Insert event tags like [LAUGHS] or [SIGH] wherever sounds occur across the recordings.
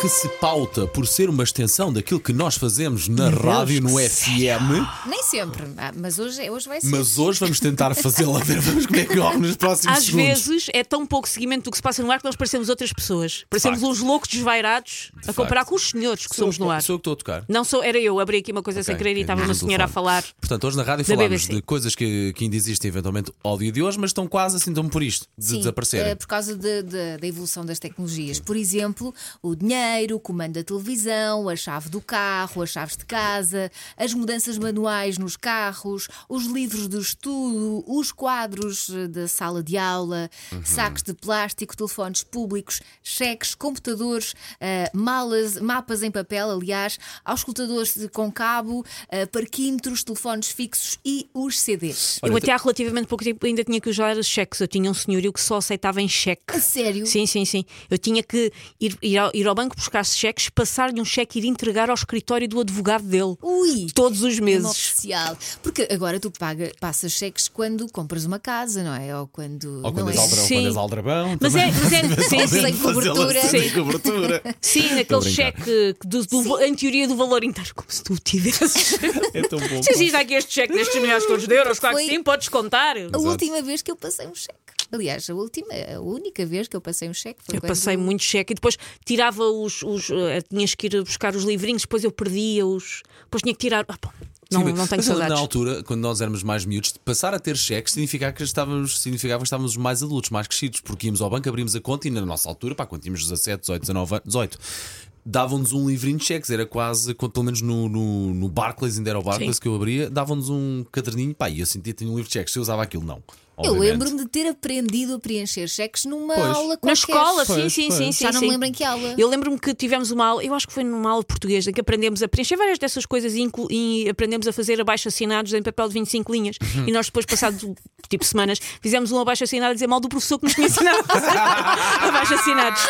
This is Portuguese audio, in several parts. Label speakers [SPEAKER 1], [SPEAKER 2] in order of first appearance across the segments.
[SPEAKER 1] que se pauta por ser uma extensão daquilo que nós fazemos na rádio, no FM,
[SPEAKER 2] Nem sempre, ah, mas hoje, hoje vai ser.
[SPEAKER 1] mas hoje vamos tentar fazê-la. Vamos ver como é que corre nos próximos
[SPEAKER 3] Às
[SPEAKER 1] segundos.
[SPEAKER 3] vezes é tão pouco seguimento do que se passa no ar que nós parecemos outras pessoas. Parecemos
[SPEAKER 1] facto.
[SPEAKER 3] uns loucos desvairados a comparar com os senhores que somos
[SPEAKER 1] sou,
[SPEAKER 3] no ar.
[SPEAKER 1] Sou eu que estou a tocar.
[SPEAKER 3] Não sou, era eu, abri aqui uma coisa sem
[SPEAKER 1] Ok,
[SPEAKER 3] querer
[SPEAKER 1] ok,
[SPEAKER 3] e estava uma
[SPEAKER 1] mas no
[SPEAKER 3] senhora a
[SPEAKER 1] telefone.
[SPEAKER 3] falar.
[SPEAKER 1] Portanto, hoje na rádio
[SPEAKER 3] Da
[SPEAKER 1] falámos
[SPEAKER 3] BBC.
[SPEAKER 1] de coisas que, que ainda existem, eventualmente, ao dia de hoje, mas estão quase assim tão por isto, de
[SPEAKER 2] Sim,
[SPEAKER 1] desaparecerem.
[SPEAKER 2] eh, por causa de- de- da evolução das tecnologias. Por exemplo, o dinheiro, o comando da televisão, a chave do carro, as chaves de casa, as mudanças manuais nos carros, os livros de estudo, os quadros eh, da sala de aula, sacos de plástico, telefones públicos, cheques, computadores, eh, malas, mapas em papel, aliás, auscultadores de- com cabo, eh, parquímetros, telefones fixos e os CDs.
[SPEAKER 1] Olha,
[SPEAKER 3] eu até há relativamente pouco tempo ainda tinha que usar cheques. Eu tinha um senhorio que só aceitava em cheque.
[SPEAKER 2] A sério?
[SPEAKER 3] Sim, sim, sim. Eu tinha que ir, ir ao, ir ao banco buscar cheques, passar-lhe um cheque e ir entregar ao escritório do advogado dele.
[SPEAKER 2] Ui!
[SPEAKER 3] Todos os meses.
[SPEAKER 2] Oficial. Porque agora tu paga, passas cheques quando compras uma casa, não é? Ou quando.
[SPEAKER 1] Ou quando
[SPEAKER 2] não
[SPEAKER 1] és
[SPEAKER 2] é?
[SPEAKER 1] aldrabão,
[SPEAKER 3] Sim.
[SPEAKER 1] quando és aldrabão.
[SPEAKER 3] Mas é,
[SPEAKER 1] [LAUGHS] também.
[SPEAKER 3] mas é, sim, sim.
[SPEAKER 2] Sem cobertura.
[SPEAKER 1] Sem
[SPEAKER 3] Sim.
[SPEAKER 1] cobertura.
[SPEAKER 3] Sim, naquele cheque que do, do, em teoria do valor inteiro, como se tu o tivesses.
[SPEAKER 1] É tão bom.
[SPEAKER 3] Se existe aqui este cheque destes milhões todos de euros, claro que
[SPEAKER 2] Foi-
[SPEAKER 3] sim, podes contar.
[SPEAKER 2] A última vez que eu passei um cheque. Aliás, a última, a única vez que eu passei um cheque foi
[SPEAKER 3] Eu
[SPEAKER 2] quando.
[SPEAKER 3] passei muito cheque e depois tirava os. os eh, tinhas que ir buscar os livrinhos, depois eu perdia-os, depois tinha que tirar. Ah, pá, não,
[SPEAKER 1] Sim,
[SPEAKER 3] não tenho
[SPEAKER 1] mas eu lembro
[SPEAKER 3] saudades.
[SPEAKER 1] Na altura, quando nós éramos mais miúdos, de passar a ter cheques significava que, estávamos, significava que estávamos mais adultos, mais crescidos, porque íamos ao banco, abrimos a conta e na nossa altura, pá, quando tínhamos 17, 18, 19 anos, 18. Davam-nos um livrinho de cheques, era quase, quando, pelo menos no, no, no Barclays, ainda era o Barclays
[SPEAKER 3] Sim.
[SPEAKER 1] que eu abria, davam-nos um caderninho, pá, e eu sentia que tinha um livro de cheques, se eu usava aquilo, não.
[SPEAKER 2] Eu
[SPEAKER 1] obviamente.
[SPEAKER 2] lembro-me de ter aprendido a preencher cheques numa
[SPEAKER 1] Pois.
[SPEAKER 2] aula qualquer.
[SPEAKER 3] Na escola, sim,
[SPEAKER 1] Pois,
[SPEAKER 3] sim,
[SPEAKER 1] pois.
[SPEAKER 3] sim, sim.
[SPEAKER 2] Já não me
[SPEAKER 3] sim.
[SPEAKER 2] lembro em que aula.
[SPEAKER 3] Eu lembro-me que tivemos uma aula, eu acho que foi numa aula de português, em que aprendemos a preencher várias dessas coisas e, inclu- e aprendemos a fazer abaixo assinados em papel de 25 linhas.
[SPEAKER 1] Uhum.
[SPEAKER 3] E nós, depois, passado tipo semanas, fizemos um abaixo assinado a dizer mal do professor que nos tinha ensinado
[SPEAKER 1] [LAUGHS]
[SPEAKER 3] a fazer abaixo assinados.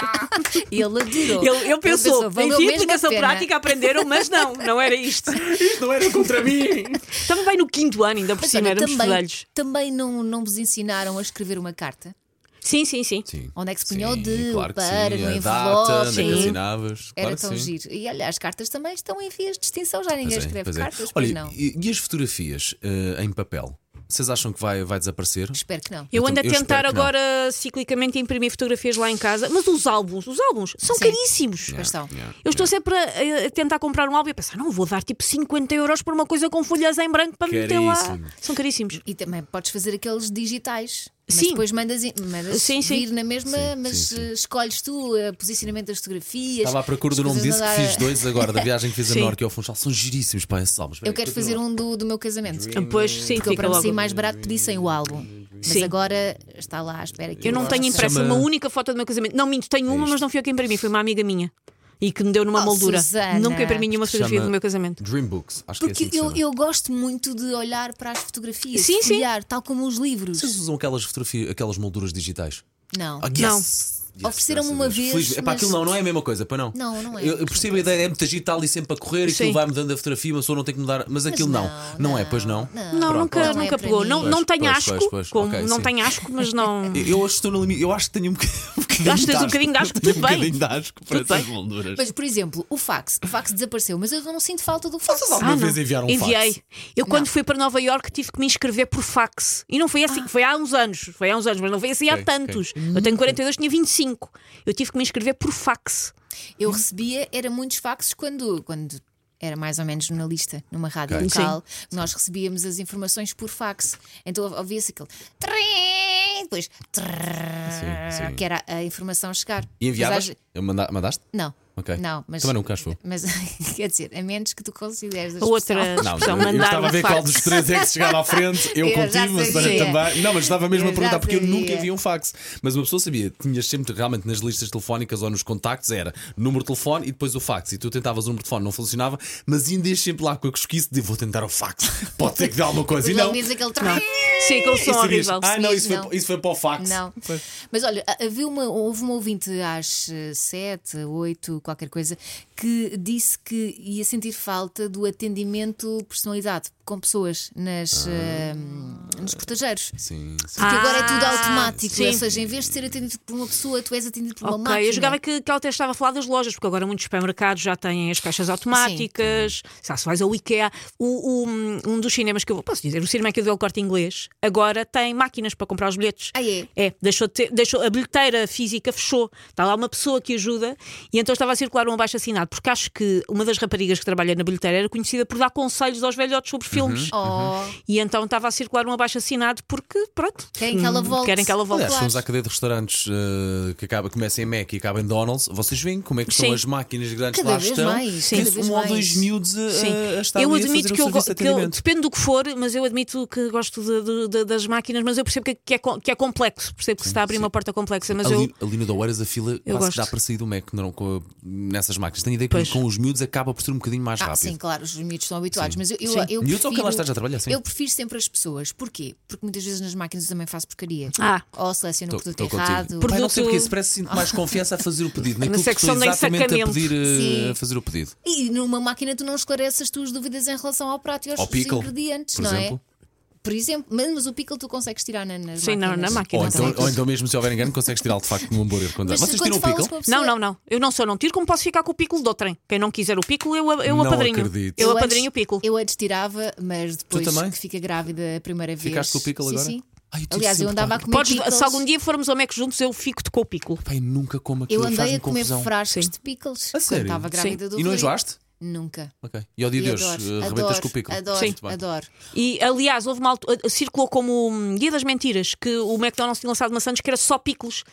[SPEAKER 2] Ele adorou.
[SPEAKER 3] Ele, ele pensou,
[SPEAKER 2] valeu
[SPEAKER 3] enfim,
[SPEAKER 2] mesmo a
[SPEAKER 3] aplicação
[SPEAKER 2] pena."
[SPEAKER 3] prática aprenderam, mas não, não era isto.
[SPEAKER 1] [LAUGHS] Isto não era contra mim!
[SPEAKER 3] Estava bem no quinto ano, ainda por
[SPEAKER 2] Mas
[SPEAKER 3] cima,
[SPEAKER 2] olha,
[SPEAKER 3] éramos
[SPEAKER 2] também,
[SPEAKER 3] fedelhos.
[SPEAKER 2] também não, não vos ensinaram a escrever uma carta?
[SPEAKER 3] Sim, sim, sim.
[SPEAKER 1] Sim.
[SPEAKER 2] Onde é que se punha o
[SPEAKER 1] Sim,
[SPEAKER 2] de, o
[SPEAKER 1] claro que
[SPEAKER 2] para,
[SPEAKER 1] sim,
[SPEAKER 2] no
[SPEAKER 1] a
[SPEAKER 2] envelope,
[SPEAKER 1] data, onde é que
[SPEAKER 3] sim.
[SPEAKER 1] assinavas.
[SPEAKER 2] Era
[SPEAKER 1] claro que
[SPEAKER 2] tão
[SPEAKER 1] sim.
[SPEAKER 2] giro. E olha, as cartas também estão em vias de extinção, já ninguém
[SPEAKER 1] Pois é,
[SPEAKER 2] escreve
[SPEAKER 1] pois é.
[SPEAKER 2] cartas, pois
[SPEAKER 1] Olha,
[SPEAKER 2] não.
[SPEAKER 1] E, e as fotografias eh, em papel? Vocês acham que vai, vai desaparecer?
[SPEAKER 2] Espero que não.
[SPEAKER 1] Eu
[SPEAKER 3] Eu ando a
[SPEAKER 1] também- eu
[SPEAKER 3] tentar
[SPEAKER 1] espero que não.
[SPEAKER 3] agora ciclicamente imprimir fotografias lá em casa, mas os álbuns, os álbuns são
[SPEAKER 2] Sim.
[SPEAKER 3] caríssimos.
[SPEAKER 2] Pois são.
[SPEAKER 1] Yeah.
[SPEAKER 3] Eu estou sempre a, a tentar comprar um álbum e a pensar, não vou dar tipo 50 euros por uma coisa com folhas em branco para meter lá.
[SPEAKER 1] Caríssimo.
[SPEAKER 3] São caríssimos.
[SPEAKER 2] E também podes fazer aqueles digitais. Mas
[SPEAKER 3] Sim.
[SPEAKER 2] depois mandas, i- mandas
[SPEAKER 3] Sim, sim.
[SPEAKER 2] vir na mesma,
[SPEAKER 1] Sim,
[SPEAKER 2] mas
[SPEAKER 1] sim, sim.
[SPEAKER 2] eh, escolhes tu eh, o posicionamento das fotografias.
[SPEAKER 1] Estava à procura do
[SPEAKER 2] as
[SPEAKER 1] nome
[SPEAKER 2] coisas
[SPEAKER 1] disso,
[SPEAKER 2] não
[SPEAKER 1] que
[SPEAKER 2] dar- eh,
[SPEAKER 1] fiz dois agora, da viagem que
[SPEAKER 2] [LAUGHS]
[SPEAKER 1] fiz a
[SPEAKER 3] Sim.
[SPEAKER 1] Norte e ao Funchal. São giríssimos para esses álbuns.
[SPEAKER 2] Eu quero fazer um do, do meu casamento.
[SPEAKER 3] Depois, Ah, sim,
[SPEAKER 2] Porque eu,
[SPEAKER 3] fica
[SPEAKER 2] para me
[SPEAKER 3] logo.
[SPEAKER 2] sair mais barato, pedi sem o álbum. Mas
[SPEAKER 3] Sim.
[SPEAKER 2] agora está lá à espera que
[SPEAKER 3] Eu não tenho impressa
[SPEAKER 1] Chama-
[SPEAKER 3] uma única foto do meu casamento. Não minto, tenho uma, mas não fui eu que imprimi, foi uma amiga minha. E que me deu numa
[SPEAKER 2] Oh,
[SPEAKER 3] moldura.
[SPEAKER 2] Susana.
[SPEAKER 3] Nunca imprimi nenhuma
[SPEAKER 1] Porque se
[SPEAKER 3] fotografia
[SPEAKER 1] chama-
[SPEAKER 3] do meu casamento.
[SPEAKER 1] Dream Books, acho que é
[SPEAKER 2] Porque
[SPEAKER 1] assim que se
[SPEAKER 2] eu,
[SPEAKER 1] chama.
[SPEAKER 2] eu gosto muito de olhar para as fotografias,
[SPEAKER 3] Sim, sim.
[SPEAKER 2] folhear, tal como os livros.
[SPEAKER 1] Vocês usam aquelas fotografias, aquelas molduras digitais?
[SPEAKER 2] Não.
[SPEAKER 1] Ah, yes.
[SPEAKER 3] Não.
[SPEAKER 1] Yes, graças
[SPEAKER 2] Ofereceram-me
[SPEAKER 1] a
[SPEAKER 2] uma
[SPEAKER 1] Deus.
[SPEAKER 2] vez,
[SPEAKER 1] Felizmente- Epá,
[SPEAKER 2] mas-
[SPEAKER 1] aquilo não, não é a mesma coisa, para não?
[SPEAKER 2] Não, não é.
[SPEAKER 1] Eu, eu percebo a ideia, é muito digital e sempre a correr, aquilo
[SPEAKER 3] Sim.
[SPEAKER 1] vai mudando a fotografia, uma pessoa não tem que mudar, mas aquilo não.
[SPEAKER 2] não,
[SPEAKER 1] Não é,
[SPEAKER 2] não,
[SPEAKER 1] pois não?
[SPEAKER 2] não.
[SPEAKER 3] Não,
[SPEAKER 1] Pronto,
[SPEAKER 3] nunca,
[SPEAKER 2] não é
[SPEAKER 3] nunca
[SPEAKER 2] para Um
[SPEAKER 3] pegou.
[SPEAKER 2] mim.
[SPEAKER 3] Não,
[SPEAKER 2] Pois,
[SPEAKER 3] não tenho
[SPEAKER 1] pois,
[SPEAKER 3] asco,
[SPEAKER 1] pois, pois.
[SPEAKER 3] como-
[SPEAKER 1] Ok,
[SPEAKER 3] não
[SPEAKER 1] sim.
[SPEAKER 3] tenho asco,
[SPEAKER 2] [LAUGHS]
[SPEAKER 3] mas não.
[SPEAKER 1] Eu- Eu acho que estou no limite. Eu acho que tenho um boc- um bocadinho.
[SPEAKER 3] Acho que
[SPEAKER 1] de
[SPEAKER 3] tens um
[SPEAKER 1] asco.
[SPEAKER 3] bocadinho
[SPEAKER 2] [LAUGHS]
[SPEAKER 3] de
[SPEAKER 1] Tenho
[SPEAKER 3] asco, tudo
[SPEAKER 1] um
[SPEAKER 3] bem.
[SPEAKER 1] bocadinho de asco para
[SPEAKER 3] Tudo
[SPEAKER 1] essas molduras.
[SPEAKER 2] Mas, por exemplo, o fax. O fax desapareceu, mas eu não sinto falta do fax.
[SPEAKER 3] Ah,
[SPEAKER 1] Vocês alguma vez enviaram um fax?
[SPEAKER 3] Enviei. Eu, quando fui para Nova Iorque, tive que me inscrever por fax. E não foi
[SPEAKER 2] Ah.
[SPEAKER 3] assim, foi há uns anos. Foi há uns anos, mas não foi assim
[SPEAKER 1] Ok,
[SPEAKER 3] há tantos. Eu tenho 42, tinha 25. Eu tive que me inscrever por fax.
[SPEAKER 1] Uhum.
[SPEAKER 2] Eu recebia, era muitos faxes quando, quando era mais ou menos jornalista numa rádio
[SPEAKER 1] Ok.
[SPEAKER 2] local, nós recebíamos as informações por fax. Então ouvia-se aquele trim, depois trrr,
[SPEAKER 1] Sim, sim.
[SPEAKER 2] que era a informação chegar.
[SPEAKER 1] E
[SPEAKER 2] Mas
[SPEAKER 1] enviavas?
[SPEAKER 2] às-
[SPEAKER 1] Eu manda- mandaste?
[SPEAKER 2] Não.
[SPEAKER 1] Ok.
[SPEAKER 2] Não, mas.
[SPEAKER 1] Também nunca, acho eu.
[SPEAKER 2] Mas [LAUGHS] quer dizer, a menos que tu consideres a
[SPEAKER 3] A outra
[SPEAKER 2] expressão-
[SPEAKER 3] expressão,
[SPEAKER 1] eu, eu
[SPEAKER 3] mandar
[SPEAKER 1] estava a
[SPEAKER 3] um
[SPEAKER 1] ver
[SPEAKER 3] fax.
[SPEAKER 1] qual dos três é que chegava à
[SPEAKER 2] [LAUGHS]
[SPEAKER 1] frente. Eu,
[SPEAKER 2] Eu já
[SPEAKER 1] contigo, a Susana
[SPEAKER 2] sabia.
[SPEAKER 1] também. Não, mas estava mesmo
[SPEAKER 2] Eu
[SPEAKER 1] a
[SPEAKER 2] já
[SPEAKER 1] perguntar porque eu
[SPEAKER 2] sabia.
[SPEAKER 1] nunca vi um fax. Mas uma pessoa sabia, tinhas sempre realmente nas listas telefónicas ou nos contactos era número de telefone e depois o fax. E tu tentavas o número de telefone, não funcionava, mas ainda ias sempre lá com a cosquice de vou tentar o fax. Pode ser que dê alguma coisa. E
[SPEAKER 2] Mas
[SPEAKER 1] não.
[SPEAKER 2] logo diz aquele
[SPEAKER 3] Não.
[SPEAKER 2] trim.
[SPEAKER 3] Sim, aquele som
[SPEAKER 1] E sabias,
[SPEAKER 3] horrível.
[SPEAKER 1] Ah, não, isso foi,
[SPEAKER 2] Não.
[SPEAKER 1] isso foi para o fax. [LAUGHS]
[SPEAKER 2] Não. Mas olha, ha- havia uma, houve uma ouvinte às 7, 8, qualquer coisa, que disse que ia
[SPEAKER 1] Ah.
[SPEAKER 2] sentir falta do atendimento personalizado com pessoas nas, eh, nos cortajeiros.
[SPEAKER 1] Sim, sim.
[SPEAKER 2] Porque
[SPEAKER 3] Ah,
[SPEAKER 2] agora é tudo automático.
[SPEAKER 3] sim.
[SPEAKER 2] Ou seja, em vez de ser atendido por uma pessoa, tu és atendido por uma
[SPEAKER 3] Ok,
[SPEAKER 2] máquina.
[SPEAKER 3] eu jogava que, que ela até estava a falar das lojas, porque agora muitos supermercados já têm as caixas automáticas. Sei lá, Se vais ao IKEA, o, o- um dos cinemas que eu vou, posso dizer, o cinema que eu dei ao corte inglês, agora tem máquinas para comprar os bilhetes.
[SPEAKER 2] Ah, é?
[SPEAKER 3] É, deixou, de ter- deixou a bilheteira física fechou. Está lá uma pessoa que ajuda e então estava a circular um abaixo assinado, porque acho que uma das raparigas que trabalha na bilheteira era conhecida por dar conselhos aos velhotes sobre filmes.
[SPEAKER 2] Oh,
[SPEAKER 1] Uhum.
[SPEAKER 3] E então estava a circular um abaixo assinado porque, pronto,
[SPEAKER 2] Querem que ela
[SPEAKER 3] hum,
[SPEAKER 2] volte.
[SPEAKER 3] Querem que ela volte.
[SPEAKER 1] Aliás,
[SPEAKER 2] Claro.
[SPEAKER 1] fomos à cadeia de restaurantes eh, que acaba, começa em Mac e acaba em Donald's. Vocês veem como é que são
[SPEAKER 3] Sim.
[SPEAKER 1] as máquinas grandes
[SPEAKER 2] Cada
[SPEAKER 1] que lá
[SPEAKER 2] vez
[SPEAKER 1] estão.
[SPEAKER 2] mais,
[SPEAKER 1] Tem
[SPEAKER 2] cada vez
[SPEAKER 1] um ou
[SPEAKER 2] mais.
[SPEAKER 1] dois miúdos a,
[SPEAKER 3] Sim.
[SPEAKER 1] a- a estar
[SPEAKER 3] eu
[SPEAKER 1] ali a
[SPEAKER 3] admito
[SPEAKER 1] fazer
[SPEAKER 3] que
[SPEAKER 1] o
[SPEAKER 3] eu,
[SPEAKER 1] serviço
[SPEAKER 3] go-
[SPEAKER 1] de
[SPEAKER 3] que eu-
[SPEAKER 1] atendimento.
[SPEAKER 3] depende do que for, mas eu admito que gosto de- de- de- das máquinas, mas eu percebo que, que é, co- que é complexo, percebo que se está a abrir uma porta complexa, mas eu
[SPEAKER 1] Ali, ali no Doueiras a fila quase que
[SPEAKER 3] gosto.
[SPEAKER 1] dá para sair do Mac não, com a- nessas máquinas. Tenho ideia que
[SPEAKER 3] Pois.
[SPEAKER 1] com os miúdos acaba por ser um bocadinho mais
[SPEAKER 2] Ah,
[SPEAKER 1] rápido.
[SPEAKER 2] sim, claro, os miúdos estão habituados, mas eu, eu,
[SPEAKER 3] Sim.
[SPEAKER 2] eu
[SPEAKER 1] Miúdos ou quem lá
[SPEAKER 2] prefiro-
[SPEAKER 1] está já a trabalhar, sim.
[SPEAKER 2] Eu prefiro sempre as pessoas. Porquê? Porque muitas vezes nas máquinas eu também faço porcaria.
[SPEAKER 3] Ah.
[SPEAKER 2] Ou seleciono o
[SPEAKER 1] Tô-
[SPEAKER 2] produto
[SPEAKER 1] tô contigo.
[SPEAKER 2] errado.
[SPEAKER 1] Pai, não sei
[SPEAKER 3] Produto-
[SPEAKER 1] porque isso parece sinto mais confiança a fazer o
[SPEAKER 3] [LAUGHS]
[SPEAKER 1] pedido. Naquilo que estou
[SPEAKER 3] secção de
[SPEAKER 1] exatamente a
[SPEAKER 3] ensacamento.
[SPEAKER 1] pedir, eh,
[SPEAKER 2] Sim.
[SPEAKER 1] a fazer o pedido.
[SPEAKER 2] E numa máquina tu não esclareces as tuas dúvidas em relação ao prato e aos
[SPEAKER 1] Ao pickle,
[SPEAKER 2] ingredientes,
[SPEAKER 1] por
[SPEAKER 2] não
[SPEAKER 1] exemplo.
[SPEAKER 2] é? Por exemplo, mas, mas o pickle tu consegues tirar na, nas
[SPEAKER 3] Sim, não,
[SPEAKER 2] máquinas.
[SPEAKER 3] na máquina.
[SPEAKER 1] Ou
[SPEAKER 3] não
[SPEAKER 1] então,
[SPEAKER 3] sei.
[SPEAKER 1] ou então mesmo se houver engano, consegues tirar de facto no hambúrguer. Quando
[SPEAKER 2] Mas
[SPEAKER 1] Vocês
[SPEAKER 2] quando
[SPEAKER 1] tiram o
[SPEAKER 2] falas
[SPEAKER 1] um pickle?
[SPEAKER 2] com a pessoa,
[SPEAKER 3] Não, não, não. Eu não só não tiro, como posso ficar com o pico do trem. Quem não quiser o pico, eu, eu
[SPEAKER 1] Não
[SPEAKER 3] apadrinho.
[SPEAKER 1] acredito.
[SPEAKER 3] Eu,
[SPEAKER 2] antes-
[SPEAKER 3] apadrinho o pico.
[SPEAKER 2] Eu antes tirava, mas depois
[SPEAKER 1] também?
[SPEAKER 2] que fica grávida a primeira vez.
[SPEAKER 1] Ficaste com o pickle
[SPEAKER 2] sim,
[SPEAKER 1] agora?
[SPEAKER 2] Sim.
[SPEAKER 1] Ai, eu tive
[SPEAKER 2] Aliás, eu
[SPEAKER 1] sempre
[SPEAKER 2] andava a
[SPEAKER 1] pânico.
[SPEAKER 2] comer
[SPEAKER 3] Podes,
[SPEAKER 2] pickles.
[SPEAKER 3] se algum dia formos ao Mac juntos, eu fico-te com o pico.
[SPEAKER 1] Pai, nunca como aquilo.
[SPEAKER 2] Eu andei
[SPEAKER 1] faz-me
[SPEAKER 2] a comer
[SPEAKER 1] confusão.
[SPEAKER 2] frascos
[SPEAKER 3] Sim.
[SPEAKER 2] de pickles
[SPEAKER 1] A
[SPEAKER 2] quando
[SPEAKER 1] sério?
[SPEAKER 2] estava grávida do
[SPEAKER 1] E não
[SPEAKER 2] Rui.
[SPEAKER 1] enjoaste?
[SPEAKER 2] Nunca.
[SPEAKER 1] Ok. E ao dia
[SPEAKER 2] E
[SPEAKER 1] de Deus,
[SPEAKER 2] adoro,
[SPEAKER 1] eh, arrebentas
[SPEAKER 2] adoro,
[SPEAKER 1] com o pico.
[SPEAKER 2] Adoro,
[SPEAKER 3] Sim.
[SPEAKER 2] adoro.
[SPEAKER 3] E aliás, houve uma altura, circulou como hum, Guia das Mentiras que o McDonald's tinha lançado maçãs que era só picos.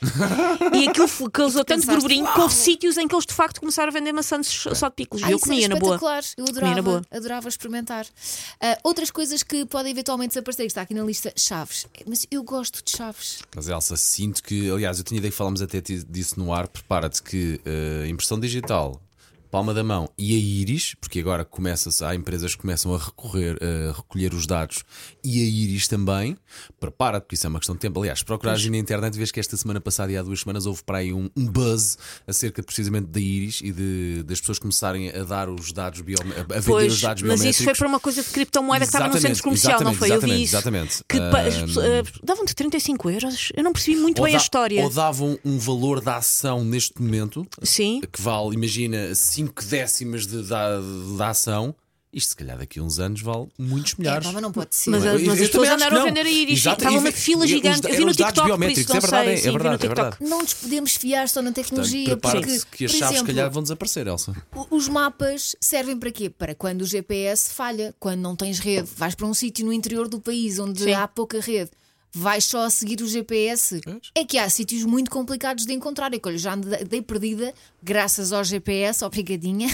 [SPEAKER 3] e aquilo
[SPEAKER 1] [LAUGHS]
[SPEAKER 3] f- causou tanto
[SPEAKER 2] pensaste,
[SPEAKER 3] burburinho que houve sítios em que eles de facto começaram a vender maçãs só de picos.
[SPEAKER 2] Ah,
[SPEAKER 3] eu
[SPEAKER 2] isso
[SPEAKER 1] é
[SPEAKER 3] comia
[SPEAKER 2] era
[SPEAKER 3] na boa.
[SPEAKER 2] espetacular. Eu
[SPEAKER 3] Comia
[SPEAKER 2] adorava,
[SPEAKER 3] na boa.
[SPEAKER 2] adorava experimentar. Ah, outras coisas que podem eventualmente desaparecer, que está aqui na lista, chaves. É, Mas eu gosto de chaves.
[SPEAKER 1] Mas Elsa, sinto que, aliás, eu tinha ideia que falámos até ti- disso no ar. Prepara-te que eh, impressão digital, palma da mão e a íris, porque agora começa-se, há empresas que começam a recorrer, a recolher os dados e a íris também. Prepara-te, porque isso é uma questão de tempo. Aliás, se procurares aí na internet, vês que esta semana passada e há duas semanas houve para aí um, um buzz acerca precisamente da íris e de, das pessoas começarem a dar os dados biométricos, a vender os
[SPEAKER 3] Pois,
[SPEAKER 1] dados
[SPEAKER 3] mas
[SPEAKER 1] biométricos.
[SPEAKER 3] isso foi para uma coisa de criptomoeda que estava num
[SPEAKER 1] Exatamente,
[SPEAKER 3] centro comercial, não
[SPEAKER 1] exatamente,
[SPEAKER 3] foi? Eu vi
[SPEAKER 1] exatamente,
[SPEAKER 3] isso.
[SPEAKER 1] exatamente.
[SPEAKER 3] Que pa- as
[SPEAKER 1] Ah,
[SPEAKER 3] pessoas- ah, Davam-te 35 euros? Eu não percebi muito bem
[SPEAKER 1] dá-
[SPEAKER 3] a história.
[SPEAKER 1] ou davam um valor da ação neste momento
[SPEAKER 3] Sim.
[SPEAKER 1] que vale, imagina, 5 décimas de, da, da ação, isto se calhar daqui a uns anos vale muitos
[SPEAKER 2] É,
[SPEAKER 1] milhares.
[SPEAKER 2] pá, mas não pode ser.
[SPEAKER 3] Mas,
[SPEAKER 1] Eu- eu
[SPEAKER 3] mas as
[SPEAKER 1] também
[SPEAKER 3] pessoas
[SPEAKER 1] acho
[SPEAKER 3] andaram a
[SPEAKER 1] que não.
[SPEAKER 3] vender a íris.
[SPEAKER 1] Exato,
[SPEAKER 3] Estava
[SPEAKER 1] e-
[SPEAKER 3] uma fila
[SPEAKER 1] e- e-
[SPEAKER 3] gigante.
[SPEAKER 1] os-
[SPEAKER 3] eu vi no
[SPEAKER 1] os dados
[SPEAKER 3] TikTok, por isso
[SPEAKER 1] biométricos,
[SPEAKER 3] não
[SPEAKER 1] é verdade,
[SPEAKER 3] sei.
[SPEAKER 1] é
[SPEAKER 3] Sim, vi no
[SPEAKER 1] verdade, é
[SPEAKER 3] TikTok.
[SPEAKER 1] verdade.
[SPEAKER 2] Não nos podemos fiar só na
[SPEAKER 1] Portanto,
[SPEAKER 2] tecnologia.
[SPEAKER 1] prepara-te
[SPEAKER 2] porque,
[SPEAKER 1] que as
[SPEAKER 2] por
[SPEAKER 1] chaves, se
[SPEAKER 2] exemplo,
[SPEAKER 1] calhar, vão desaparecer, Elsa. [LAUGHS]
[SPEAKER 2] o- Os mapas servem para quê? Para quando o GPS falha, quando não tens rede. Vais para um sítio no interior do país onde
[SPEAKER 3] Sim.
[SPEAKER 2] há pouca rede. Vais só a seguir o GPS. É que há sítios muito complicados de encontrar. E que olha, já andei dei perdida, graças ao GPS, obrigadinha,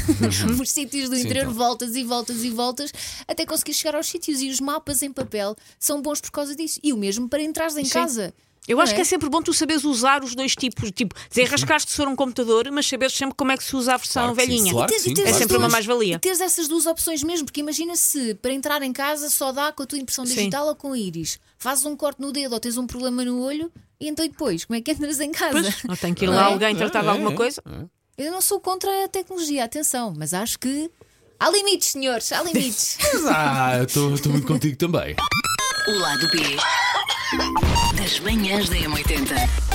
[SPEAKER 2] por sítios do interior,
[SPEAKER 1] então.
[SPEAKER 2] voltas e voltas e voltas, até conseguir chegar aos sítios. E os mapas em papel são bons por causa disso. E o mesmo para entrares em casa.
[SPEAKER 3] Eu
[SPEAKER 2] não
[SPEAKER 3] acho que é sempre bom tu saberes usar os dois tipos. Tipo, desenrascaste se for um computador, mas saberes sempre como é que se usa a versão
[SPEAKER 1] Uhum. Claro que sim,
[SPEAKER 3] velhinha.
[SPEAKER 1] claro.
[SPEAKER 2] E tens- e
[SPEAKER 1] Ah, sim,
[SPEAKER 2] tens
[SPEAKER 1] claro
[SPEAKER 2] as
[SPEAKER 3] que sim. É sempre uma
[SPEAKER 2] duas-
[SPEAKER 3] mais-valia.
[SPEAKER 2] E tens essas duas opções mesmo, porque imagina se para entrar em casa só dá com a tua impressão
[SPEAKER 3] Sim.
[SPEAKER 2] digital ou com o íris. Fazes um corte no dedo ou tens um problema no olho e então e depois, como é que entras em casa?
[SPEAKER 3] Pois, ou tem que ir
[SPEAKER 2] Não
[SPEAKER 3] lá
[SPEAKER 2] é?
[SPEAKER 3] alguém tratar de
[SPEAKER 1] É,
[SPEAKER 3] alguma
[SPEAKER 1] é,
[SPEAKER 3] coisa.
[SPEAKER 2] Eu não sou contra a tecnologia, atenção, mas acho que há limites, senhores, há
[SPEAKER 3] [LAUGHS]
[SPEAKER 2] limites.
[SPEAKER 1] Mas, Ah, eu estou estou muito contigo também.
[SPEAKER 4] O lado B das manhãs da M80.